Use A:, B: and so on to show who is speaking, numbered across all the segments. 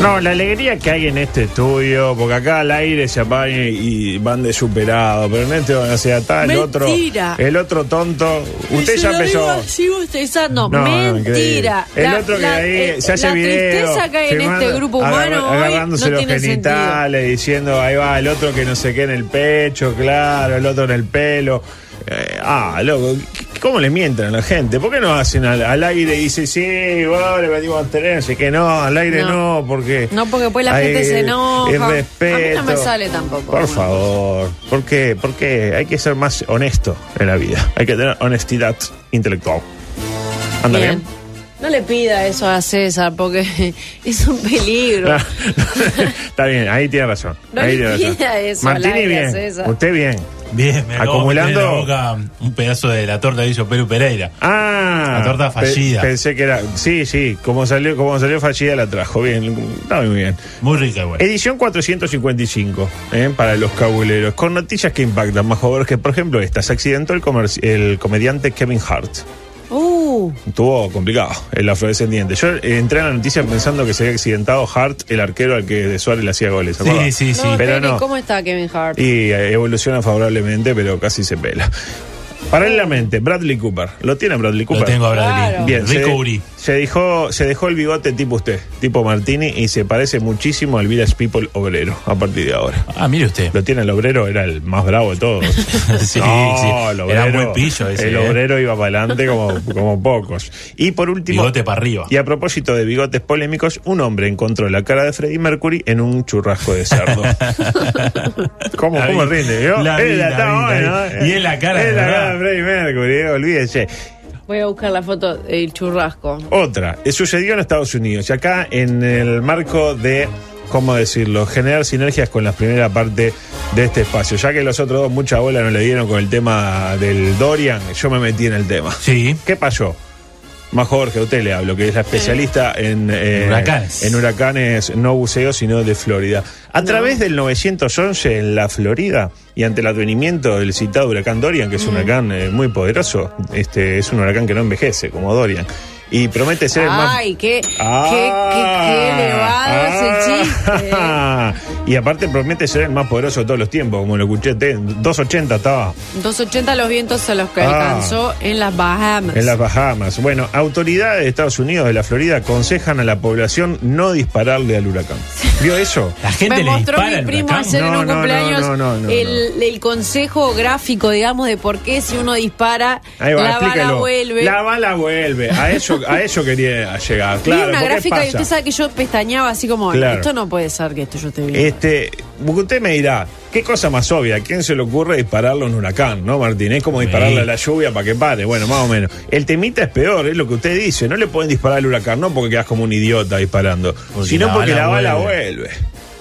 A: No, la alegría que hay en este estudio, porque acá al aire se apagan y, y van de superado, pero en este van a ser tal, el otro,
B: Mentira.
A: el otro tonto, usted
B: Se
A: ya
B: lo
A: empezó.
B: digo, sigo bostezando.
A: No, no,
B: Mentira.
A: increíble. El otro que ahí se hace
B: la
A: video,
B: tristeza que hay en
A: filmando,
B: este grupo
A: agarra-
B: humano hoy no
A: agarrándose los
B: tiene sentido.
A: genitales, diciendo ahí va el otro que no sé qué en el pecho, claro, el otro en el pelo. Eh, ah, loco, ¿qué- ¿cómo le mienten a la gente? ¿Por qué no hacen al, al aire y dicen, sí, vale, venimos a tener, que no, al aire no,
B: No.
A: porque.
B: No, porque después la
A: hay
B: gente se enoja.
A: el respeto.
B: A mí no me sale tampoco.
A: Por
B: Bueno.
A: favor, ¿por qué? Porque hay que ser más honesto en la vida, hay que tener honestidad intelectual. ¿Anda bien?
B: Bien. No le pida eso a César porque es un peligro.
A: Claro. Está bien, ahí tiene razón.
B: No
A: ahí
B: le
A: tiene
B: pida
A: razón.
B: eso al
A: Mantiene
B: aire,
A: bien.
B: César.
A: Usted bien.
C: Bien, me acabo de meter
A: Acumulando.
C: en la boca un pedazo de la torta que hizo Perú Pereira.
A: Ah,
C: La torta
A: pe-
C: fallida.
A: pensé que era. Sí, sí, como salió, como salió fallida la trajo. Bien, está muy bien.
C: Muy rica, güey.
A: Edición 455 ¿eh? para los cabuleros, con noticias que impactan más jóvenes que, por ejemplo, esta. Se accidentó el, comerci- el comediante Kevin Hart.
B: Uh,
A: Estuvo complicado el afrodescendiente. Yo eh, entré en la noticia pensando que se había accidentado Hart, el arquero al que de Suárez le hacía goles. ¿se acuerda?
C: Sí, sí, sí.
B: no,
A: Pero
B: Tony,
A: no.
B: ¿cómo está Kevin Hart?
A: Y eh, evoluciona favorablemente, pero casi se pela. Paralelamente, Bradley Cooper. ¿Lo tiene Bradley Cooper?
C: Lo tengo a
B: Claro.
C: Bradley.
A: Bien, se,
C: Rico Uri.
A: se dejó, se dejó el bigote tipo usted, tipo Martini, y se parece muchísimo al Village People obrero a partir de ahora.
C: Ah, mire usted.
A: Lo tiene el obrero, era el más bravo de todos.
C: Sí, sí.
A: el
C: Era un buen pillo ese,
A: El
C: eh.
A: obrero iba para adelante como, como pocos. Y por último.
C: Bigote para arriba.
A: Y a propósito de bigotes polémicos, un hombre encontró la cara de Freddie Mercury en un churrasco de cerdo. ¿Cómo,
C: La
A: cómo
C: vi.
A: rinde? ¿vio?
C: La vi,
A: Él
C: la
A: está
C: vi, la
A: bueno,
C: vi.
A: ¿eh?
C: Y es la cara,
A: Es
C: de
A: la
C: verdad.
A: cara de Freddie Mercury, eh, olvídese.
B: Voy a buscar la foto del churrasco.
A: Otra, eh, sucedió en Estados Unidos y acá en el marco de, ¿cómo decirlo?, generar sinergias con la primera parte de este espacio. Ya que los otros dos mucha bola no le dieron con el tema del Dorian, yo me metí en el tema.
C: Sí.
A: ¿Qué pasó? Más Jorge, a usted le hablo, que es la especialista en, eh,
C: Huracanes.
A: en huracanes, no buceo, sino de Florida. A través del 911 en la Florida y ante el advenimiento del citado huracán Dorian, que es
B: Mm.
A: un huracán eh, muy poderoso, este es un huracán que no envejece, como Dorian, y promete ser el más...
B: Ay, qué,
A: Ah,
B: qué, qué, qué elevado ese chiste.
A: ah, Y aparte promete ser el más poderoso de todos los tiempos, como lo escuché, te- 280 estaba.
B: 280 los vientos a los que
A: Ah.
B: alcanzó en las Bahamas.
A: En las Bahamas. Bueno, autoridades de Estados Unidos de la Florida aconsejan a la población no dispararle al huracán. ¿Vio eso?
C: La
B: Me
C: gente le
B: mostró
C: dispara
B: mi
C: al
B: primo
C: huracán.
B: ayer en
A: No,
B: un
A: no,
B: cumpleaños
A: no, no, no,
B: el, el consejo gráfico, digamos, de por qué si uno dispara,
A: Ahí va,
B: la bala
A: explícalo.
B: vuelve.
A: La bala vuelve. A eso, a eso quería llegar.
B: Vi
A: Claro,
B: una
A: ¿por qué
B: gráfica y
A: pasa?
B: usted sabe que yo pestañaba así como,
A: Claro.
B: esto no puede ser que esto yo te vi.
A: Este, usted me dirá, qué cosa más obvia, ¿a quién se le ocurre dispararlo en un huracán, no, Martín? Es como dispararle a la lluvia para que pare, bueno, más o menos. El temita es peor, es lo que usted dice, no le pueden disparar al huracán, no porque quedas como un idiota disparando,
C: Porque
A: sino
C: la
A: porque
C: bala
A: la bala
C: vuelve.
A: vuelve.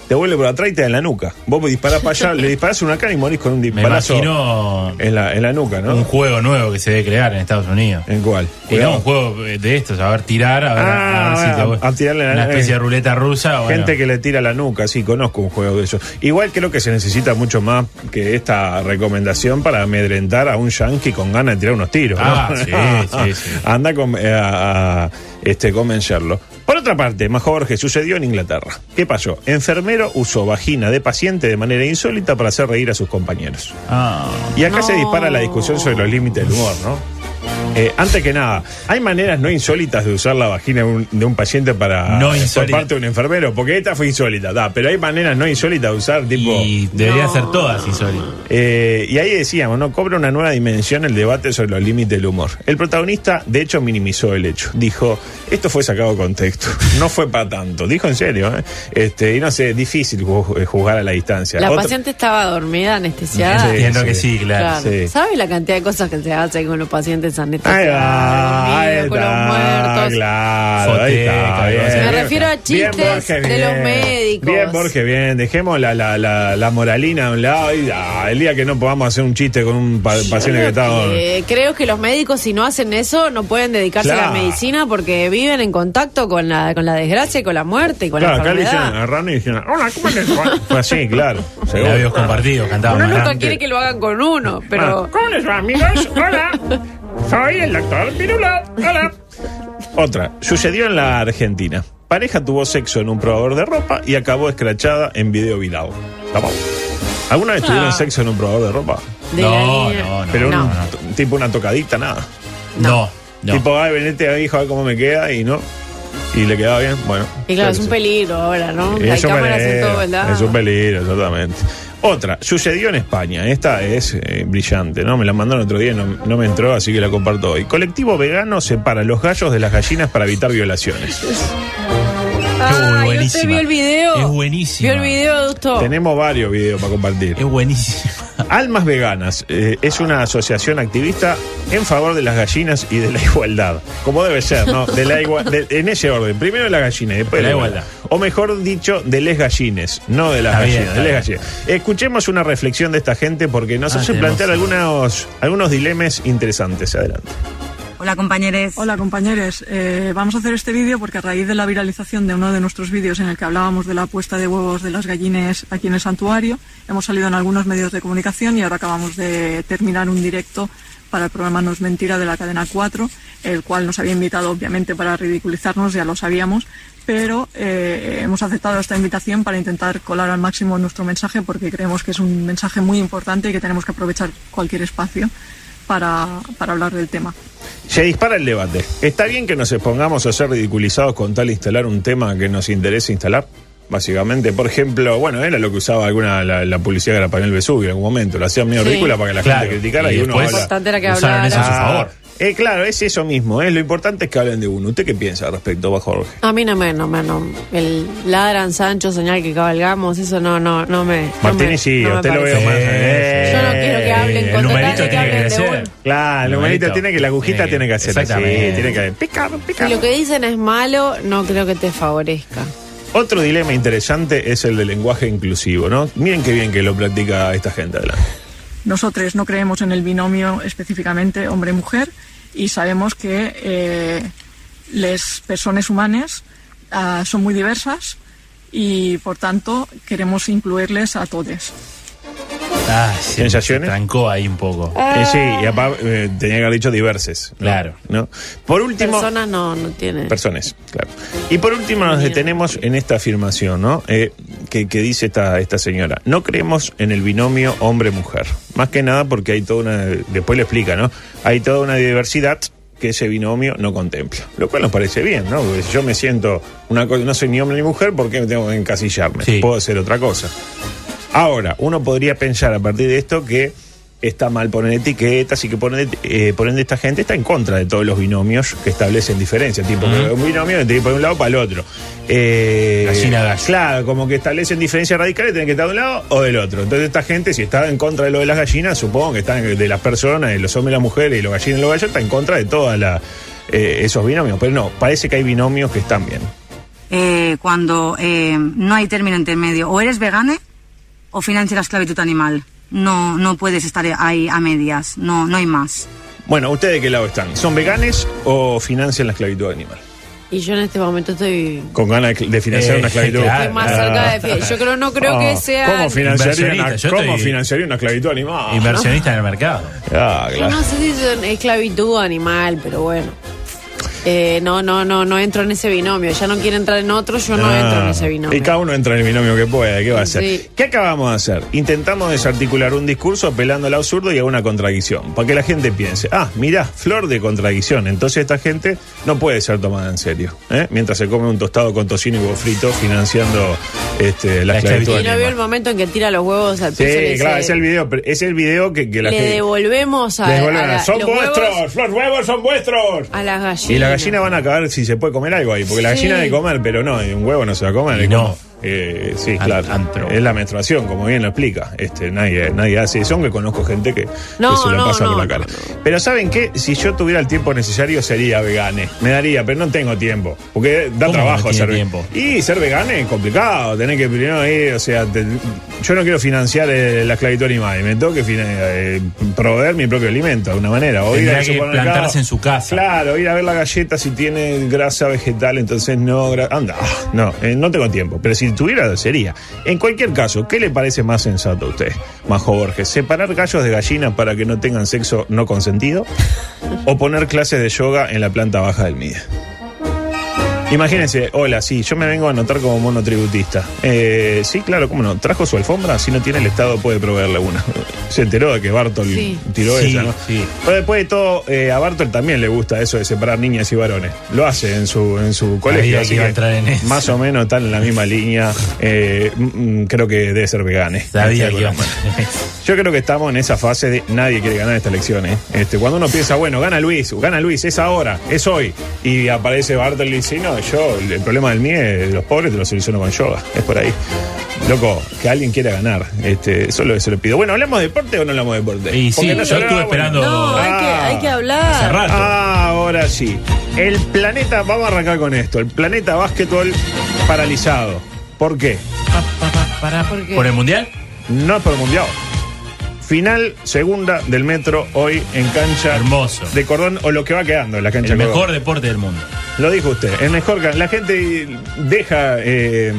A: Te vuelve por atrás y te da en la nuca. Vos disparás para allá, le disparás a un huracán y morís con un
C: Me
A: disparazo
C: imagino
A: en, la, en la nuca, ¿no?
C: un juego nuevo que se debe crear en Estados Unidos.
A: ¿En cuál?
C: Y no, un
A: Cuidado.
C: juego eh, de estos, a ver, tirar, a ver,
A: Ah,
C: a ver si
A: bueno,
C: te voy-
A: a tirarle la-
C: Una especie de ruleta rusa. bueno.
A: Gente que le tira la nuca, sí, conozco un juego de esos. Igual creo que se necesita mucho más que esta recomendación para amedrentar a un yankee con ganas de tirar unos tiros. ¿no?
C: Ah, sí, sí, sí.
A: Anda con- eh, a, a, este, convencerlo. Por otra parte, más Jorge, sucedió en Inglaterra. ¿Qué pasó? Enfermero usó vagina de paciente de manera insólita para hacer reír a sus compañeros.
C: Ah.
A: Y acá se
B: No.
A: dispara la discusión sobre los límites del humor, ¿no? Eh, antes que nada, hay maneras no insólitas de usar la vagina de un, de un paciente para
C: No
A: por
C: insólita.
A: parte de un enfermero, porque esta fue insólita, da, pero hay maneras no insólitas de usar, tipo.
C: Y debería
B: No.
C: ser todas insólitas.
A: Eh, y ahí decíamos, ¿no? Cobra una nueva dimensión el debate sobre los límites del humor. El protagonista, de hecho, minimizó el hecho. Dijo, esto fue sacado de contexto. No fue para tanto. Dijo en serio, ¿eh? Este, y no sé, difícil ju- juzgar a la distancia.
B: la
A: Otra-
B: paciente estaba dormida, anestesiada.
A: Sí,
C: Entiendo
A: sí.
C: que sí,
B: Claro.
C: claro.
A: sí.
B: ¿Sabe la cantidad de cosas que se hacen con los pacientes
A: Ahí
B: anestesiados?
A: va, ahí
B: dormidos, con los
A: está,
B: muertos?
A: claro, ahí está,
C: Foteca,
A: bien,
C: cosas.
A: bien.
C: Me
B: refiero a
A: Bien,
B: chistes
A: Borges,
B: de
A: bien.
B: los médicos.
A: Bien, Borges, bien, dejemos la, la, la, la moralina a un lado y ah, el día que no podamos hacer un chiste con un pa- paciente que está...
B: Eh, creo que los médicos si no hacen eso no pueden dedicarse a
A: Claro.
B: la medicina porque viven en contacto con la, con la desgracia y con la muerte y con
A: Claro,
B: la
A: acá le
B: enfermedad.
A: dijeron a Rani y dijeron, hola, ¿cómo le va? Fue así, claro. seguro.
C: Labios compartidos,
B: uno
C: cantaban.
B: nunca
C: ¿no?
B: quiere que lo hagan con uno,
A: Ah,
B: pero
A: ¿Cómo les va, amigos? Hola. Soy el doctor Pirula. Hola. Otra. Sucedió en la Argentina. Pareja tuvo sexo en un probador de ropa y acabó escrachada en video viral. Tapado. ¿Alguna vez tuvieron
B: Ah.
A: sexo en un probador de ropa?
B: De
C: No,
B: la niña.
C: no, no.
A: Pero un-
B: No.
A: t- tipo una tocadita, nada.
C: No, no.
A: Tipo, ay, venete a mi hijo a ver cómo me queda y no. Y le quedaba bien, bueno.
B: Y claro, es
A: Sí.
B: un peligro ahora, ¿no?
A: Y
B: Hay
A: es un
B: cámaras en
A: peligro,
B: todos lados.
A: Es un peligro, exactamente. Otra, sucedió en España. Esta es eh, brillante, ¿no? Me la mandaron otro día y no, no me entró, así que la comparto hoy. Colectivo vegano separa los gallos de las gallinas para evitar violaciones.
B: Ay, ¿usted vio el video?
C: Es buenísima.
B: ¿Vio el video, adusto?
A: Tenemos varios videos para compartir.
C: Es buenísima.
A: Almas Veganas eh, es una asociación activista en favor de las gallinas y de la igualdad. Como debe ser, ¿no? De la igua- de- en ese orden. Primero de las gallinas, después de la
C: La
A: igualdad.
C: igualdad.
A: O mejor dicho, de les gallines, no de las
C: Está bien,
A: gallinas. de
C: está
A: les gallinas. Escuchemos una reflexión de esta gente porque nos
C: Ah,
A: hace
C: tenemos-
A: plantear algunos, algunos dilemas interesantes. Adelante.
D: Hola compañeros.
E: Hola compañeros, Eh, vamos a hacer este vídeo porque a raíz de la viralización de uno de nuestros vídeos en el que hablábamos de la puesta de huevos de las gallines aquí en el santuario, hemos salido en algunos medios de comunicación y ahora acabamos de terminar un directo para el programa No es Mentira de la cadena 4, el cual nos había invitado obviamente para ridiculizarnos, ya lo sabíamos, pero eh, hemos aceptado esta invitación para intentar colar al máximo nuestro mensaje porque creemos que es un mensaje muy importante y que tenemos que aprovechar cualquier espacio para- para hablar del tema.
A: Se dispara el debate. ¿Está bien que nos expongamos a ser ridiculizados con tal de instalar un tema que nos interese instalar? Básicamente, por ejemplo, bueno, era lo que usaba alguna la, la publicidad de la panel Vesubio en algún momento. Lo hacían medio
B: Sí.
A: ridícula para que la
C: Claro.
A: gente criticara y, uno
C: después
A: habla.
B: Importante era que
C: usaron eso a su
A: Ah,
C: favor.
A: eh, claro, es eso mismo. eh. Lo importante es que hablen de uno. ¿Usted qué piensa al respecto, bajo Jorge?
B: A mí no me, no me, no. El ladran Sancho, señal que cabalgamos, eso no, no, no me. no me-
A: Martínez, sí,
B: no me
A: usted lo
B: parece.
A: veo más.
C: Sí,
A: eh.
B: Yo no quiero que hablen
C: El
B: con total
C: numerito
B: de que
C: tiene que
B: hablen de
C: crecer.
B: uno.
A: Claro, el numerito
C: Numerito.
A: tiene que, la agujita tiene que hacer así,
C: Exactamente.
A: tiene que picar, picar.
B: Si lo que dicen es malo, no creo que te favorezca.
A: Otro dilema interesante es el del lenguaje inclusivo, ¿no? Miren qué bien que lo practica esta gente adelante.
E: Nosotros no creemos en el binomio específicamente hombre-mujer y sabemos que eh, las personas humanas ah, son muy diversas y, por tanto, queremos incluirles a todos.
C: Ah, sí,
A: ¿Sensaciones?
C: se trancó ahí un poco.
B: Ah.
A: Eh, sí, y aparte eh, tenía que haber dicho diverses. ¿no?
C: Claro.
A: ¿No? Por último.
B: Personas no, no tiene.
A: Personas, claro. Y por último nos detenemos en esta afirmación, ¿no? Eh, que, que dice esta, esta señora. No creemos en el binomio hombre-mujer. Más que nada porque hay toda una... Después le explica, ¿no? Hay toda una diversidad que ese binomio no contempla. Lo cual nos parece bien, ¿no? Porque si yo me siento una cosa, no soy ni hombre ni mujer, ¿por qué me tengo que encasillarme?
C: Sí.
A: Puedo hacer otra cosa. Ahora, uno podría pensar a partir de esto que está mal poner etiquetas y que poner, eh, por ende esta gente está en contra de todos los binomios que establecen diferencias. Tipo, que un binomio que tiene que ir de un lado para el otro. Eh,
C: Gallina, gallo.
A: Claro, como que establecen diferencias radicales, tienen que estar de un lado o del otro. Entonces esta gente, si está en contra de lo de las gallinas, supongo que están de las personas, de los hombres y las mujeres, y los gallinas y los gallos, está en contra de todos esos binomios. Pero no, parece que hay binomios que están bien.
D: Eh, cuando eh, no hay término intermedio, o eres vegane o financia la esclavitud animal. No, no puedes estar ahí a medias, no, no hay más.
A: Bueno, ¿ustedes de qué lado están? ¿Son veganes o financian la esclavitud animal?
B: Y yo en este momento estoy.
A: Con ganas de financiar
C: Eh,
A: una esclavitud.
C: claro.
B: estoy
C: Ah,
B: más
C: ah,
B: cerca de.
C: ah,
B: Yo creo, no creo
A: Ah,
B: que sea.
A: ¿Cómo financiaría una,
C: Inversionista, yo
A: cómo
C: estoy-
A: financiaría una esclavitud animal?
C: Inversionista en el mercado.
A: Ah,
B: Yo
A: claro.
B: no sé si son esclavitud o animal, pero bueno. Eh, no, no, no, no entro en ese binomio. Ya no quiere entrar en otro, yo no entro en ese binomio.
A: Ah. Y cada uno entra en el binomio que puede, ¿qué va a hacer?
B: Sí.
A: ¿Qué acabamos de hacer? Intentamos desarticular un discurso apelando al absurdo y a una contradicción, para que la gente piense, ah, mirá, flor de contradicción, entonces esta gente no puede ser tomada en serio, ¿eh? mientras se come un tostado con tocino y huevo frito financiando este, la,
C: La
A: esclavitud
C: esclavitud.
B: Y no vio el
A: animal.
B: momento en que tira los huevos al
A: Sí,
B: piso. y le
A: claro,
B: dice,
A: es el video, pero es el video que, que la
B: Le
A: gente...
B: devolvemos a,
A: Les vuelven
B: a
A: a-
B: la-
A: son
B: los huevos
A: vuestros, los huevos son vuestros.
B: a las gallinas.
A: Y las gallinas van a acabar si se puede comer algo ahí, porque la
B: Sí.
A: gallina de comer, pero no, un huevo no se va a comer.
C: Y
A: es
C: no.
A: como, eh, sí,
C: An-
A: claro.
C: antro.
A: Es la menstruación, como bien lo explica. Este, nadie, nadie hace eso, aunque conozco gente que, que
B: No,
A: se la
B: no,
A: pasa
B: no,
A: por la cara. Pero ¿saben qué? Si yo tuviera el tiempo necesario sería vegane. Me daría, pero no tengo tiempo. Porque da
C: ¿Cómo
A: trabajo
C: no tiene
A: ser ve-
C: tiempo?
A: Y ser vegane es complicado. Tenés que primero ir, o sea, te- yo no quiero financiar eh, la esclavitud animal. Me tengo que finan- eh, proveer mi propio alimento de una manera. O ir
C: Tendrá
A: al
C: que
A: supermercado.
C: plantarse en su casa.
A: Claro, ir a ver la galleta si tiene grasa vegetal, entonces no. gra- Anda, ah, no, eh, no tengo tiempo. Pero si tuviera, sería. En cualquier caso, ¿qué le parece más sensato a usted, Majo Borges? ¿Separar gallos de gallinas para que no tengan sexo no consentido? ¿O poner clases de yoga en la planta baja del MIDE? Imagínense, hola, sí, yo me vengo a anotar como monotributista. Eh, sí, claro, cómo no. ¿Trajo su alfombra? Si no tiene, el Estado puede proveerle una. Se enteró de que Bartol
B: Sí.
A: tiró
C: Sí,
A: esa, ¿no?
C: sí.
A: Pero después de todo, eh, a Bartol también le gusta eso de separar niñas y varones. Lo hace en su, en su colegio.
C: que
A: así
C: iba a
A: que
C: entrar en eso.
A: Más o menos están en la misma línea. Eh, mm, mm, creo que debe ser vegane. Estoy
C: Sabía que
A: con
C: iba
A: la
C: a
A: mano. Yo creo que estamos en esa fase de nadie quiere ganar esta elección. ¿eh? Este, cuando uno piensa, bueno, gana Luis, gana Luis, es ahora, es hoy. Y aparece Bartol y dice, no, yo, el problema del mío, es de los pobres te lo soluciono con yoga. Es por ahí. Loco, que alguien quiera ganar. Este, solo eso le pido. Bueno, ¿hablamos de deporte o no hablamos de deporte?
C: Y
A: Porque
C: sí,
A: no se
C: yo
A: hablaba,
C: estuve
A: bueno.
C: esperando
B: No, hay, que, hay que
C: hace
B: hablar.
C: rato.
A: Ah, Ahora sí. El planeta, vamos a arrancar con esto. El planeta básquetbol paralizado. ¿Por qué?
C: Pa, pa, pa, para.
B: ¿Por qué?
C: ¿Por el mundial?
A: No es por el mundial. Final segunda del metro hoy en cancha
C: Hermoso.
A: de Cordón o lo que va quedando en la cancha
C: El
A: de
C: mejor
A: Cordón.
C: deporte del mundo.
A: Lo dijo usted, el mejor can- la gente deja eh,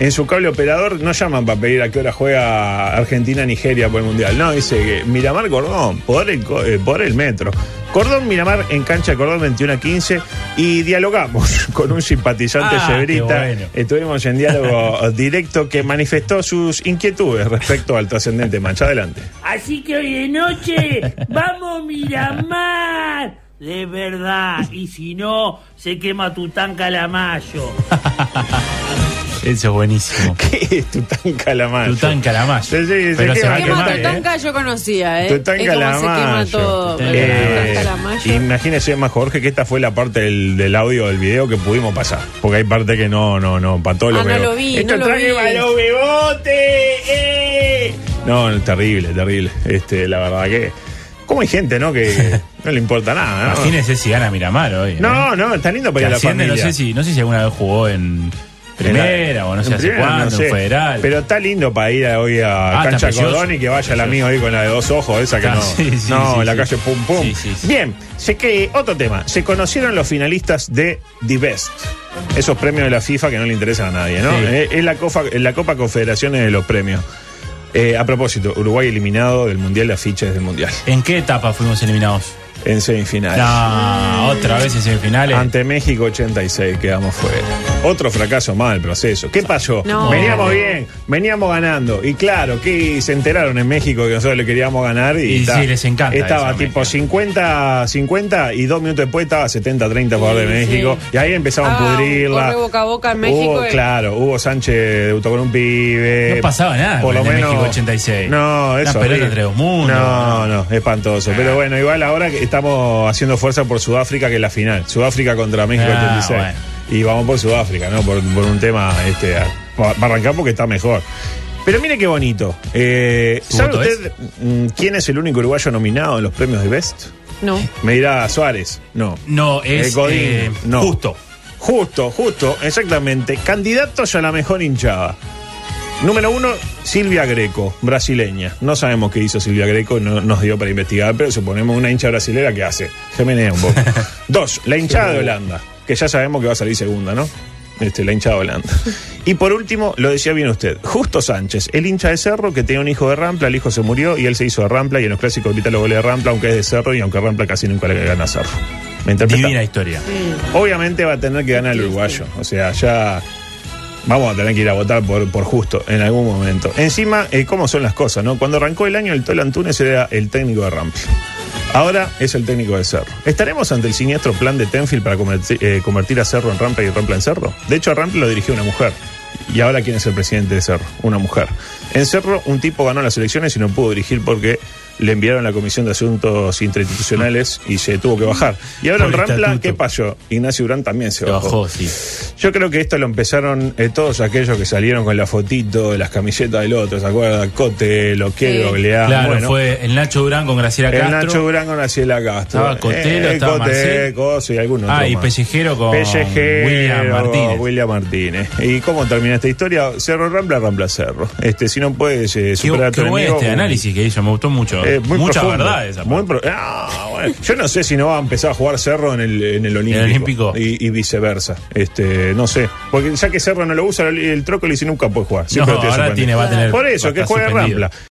A: en su cable operador no llaman para pedir a qué hora juega Argentina Nigeria por el mundial. No, dice que Miramar Cordón por el co- eh, por el metro. Cordón Miramar en cancha de Cordón 21 a 15 y dialogamos con un simpatizante
C: Ah,
A: cebrita.
C: qué bueno.
A: Estuvimos en diálogo directo que manifestó sus inquietudes respecto al trascendente mancha. Adelante.
F: Así que hoy de noche vamos a Miramar. De verdad. Y si no, se quema tu tan calamayo.
C: Eso es buenísimo.
A: ¿Qué es Tután Calamayo?
C: Tután Calamayo.
A: Sí, sí, se
C: Pero se
A: quema
C: va a
B: ¿Qué más
C: quemar,
A: Tután,
C: ¿eh?
B: Tutanka yo conocía, eh?
A: Tután
B: es como se quema
A: Calamayo.
B: todo.
C: Tután
B: pero
A: Eh,
B: Tután Calamayo.
A: imagínese más Jorge que esta fue la parte del, del audio del video que pudimos pasar. Porque hay parte que no, no, no, para todo
B: Ah,
A: lo
B: no
A: que.
B: lo vi,
A: Esto
B: no lo
A: trae
B: vi.
A: para los bebotes, eh. No, no, terrible, terrible. Este, la verdad que. ¿Cómo hay gente, no? Que no le importa nada, ¿no?
C: Imagínese si gana Miramar hoy. ¿eh?
A: Ah. No, no, está lindo
C: Que
A: para ir a la
C: asciende,
A: familia.
C: no sé si, no sé si alguna vez jugó en primera o no sé
A: En
C: hace
A: primera,
C: cuándo,
A: no sé.
C: en federal.
A: Pero está lindo para ir a- hoy a
C: Ah, está
A: Cancha
C: precioso.
A: Cordón y que vaya el amigo ahí con la de dos ojos, esa que
C: Ah,
A: no.
C: sí, sí,
A: no,
C: sí,
A: la
C: sí.
A: calle Pum Pum.
C: Sí, sí, sí.
A: Bien, sé que otro tema. Se conocieron los finalistas de The Best. Esos premios de la FIFA que no le interesan a nadie, ¿no?
C: Sí.
A: Eh, Es la, cofa- es la Copa Confederaciones de los Premios. Eh, a propósito, Uruguay eliminado del Mundial de Afiches del Mundial.
C: ¿En qué etapa fuimos eliminados?
A: En semifinales.
C: No, otra vez en semifinales.
A: Ante México 86 quedamos fuera. Otro fracaso más del proceso. ¿Qué pasó?
B: No.
A: Veníamos bien, veníamos ganando. Y claro, que se enteraron en México que nosotros le queríamos ganar. Y,
C: Y sí,
A: ta.
C: les encanta
A: Estaba
C: eso,
A: tipo
C: México.
A: 50-50 y dos minutos después estaba 70-30 a favor de
B: Sí,
A: México.
B: sí.
A: Y ahí empezaron
B: Ah,
A: a pudrirla.
B: corre boca a boca en México
A: Hubo,
B: y-
A: Claro, hubo Sánchez debutó con un pibe.
C: No pasaba nada
A: Por
C: con
A: lo
C: el de
A: menos.
C: México 86.
A: No,
C: Una
A: eso.
C: pelota
A: horrible.
C: entre dos mundos.
A: No, no, espantoso. Pero bueno, igual ahora que estamos haciendo fuerza por Sudáfrica, que es la final. Sudáfrica contra México
C: Ah,
A: 86.
C: bueno.
A: Y vamos por Sudáfrica, ¿no? Por, por un tema, este, a- va va a arrancar porque está mejor. Pero mire qué bonito. Eh,
C: ¿Su
A: ¿Sabe
C: voto
A: usted mm, quién es el único uruguayo nominado en los premios de Best?
B: No.
A: Me dirá Suárez. No.
C: No, es
A: Eh, Godín,
C: eh,
A: no.
C: justo.
A: Justo, justo, exactamente. Candidatos a la mejor hinchada. Número uno, Silvia Greco, brasileña. No sabemos qué hizo Silvia Greco, no nos dio para investigar, pero suponemos una hincha brasilera que hace. Se menea un poco. Dos, la hinchada de Holanda, que ya sabemos que va a salir segunda, ¿no? Este, la hinchada de Holanda. Y por último, lo decía bien usted, Justo Sánchez, el hincha de Cerro que tenía un hijo de Rampla, el hijo se murió y él se hizo de Rampla y en los clásicos grita los goles de Rampla, aunque es de Cerro y aunque Rampla casi nunca le gana a Cerro. ¿Me interpreta?
C: Divina historia.
A: Obviamente va a tener que ganar el uruguayo. O sea, ya vamos a tener que ir a votar por, por justo en algún momento. Encima, eh, ¿cómo son las cosas? no? Cuando arrancó el año, el Tolo Antunes era el técnico de Rampla. Ahora es el técnico de Cerro. ¿Estaremos ante el siniestro plan de Tenfield para converti- eh, convertir a Cerro en Rampla y Rampla en Cerro? De hecho, a Rampla lo dirigió una mujer. ¿Y ahora quién es el presidente de Cerro? Una mujer. En Cerro, un tipo ganó las elecciones y no pudo dirigir porque le enviaron la Comisión de Asuntos Interinstitucionales y se tuvo que bajar. Y ahora en
C: Por
A: Rampla,
C: estatuto.
A: ¿qué pasó? Ignacio Durán también se
C: Se
A: bajó.
C: bajó, sí.
A: Yo creo que esto lo empezaron eh, todos aquellos que salieron con la fotito de las camisetas del otro, ¿se acuerdan? Cote, Loquero,
B: Sí.
A: Gleán,
C: claro,
A: Ah, bueno.
C: fue el Nacho Durán con Graciela
A: El
C: Castro.
A: Nacho Durango nació la Castro.
C: Estaba Cotelo, estaba Marcel.
A: Coso y algunos.
C: ah, y Pellejero con William Martínez.
A: William Martínez. ¿Y cómo termina esta historia? Cerro Rambla, Rambla Cerro. Este, si no puedes eh,
C: Qué,
A: superar a tu
C: qué bueno
A: enemigo,
C: este análisis que hizo, me gustó mucho.
A: eh, muy
C: Mucha
A: profundo,
C: verdad esa
A: muy
C: parte.
A: pro- Ah, bueno. Yo no sé si no va a empezar a jugar Cerro en el, en el Olímpico.
C: Olímpico.
A: Y, y viceversa. Este, no sé. Porque ya que Cerro no lo usa, el, el Trócoli si nunca puede jugar. Siempre
C: No,
A: lo tiene
C: ahora
A: suspendido.
C: tiene- va a tener-
A: Por
C: va
A: eso,
C: a
A: que
C: estar
A: juegue
C: suspendido.
A: Rambla.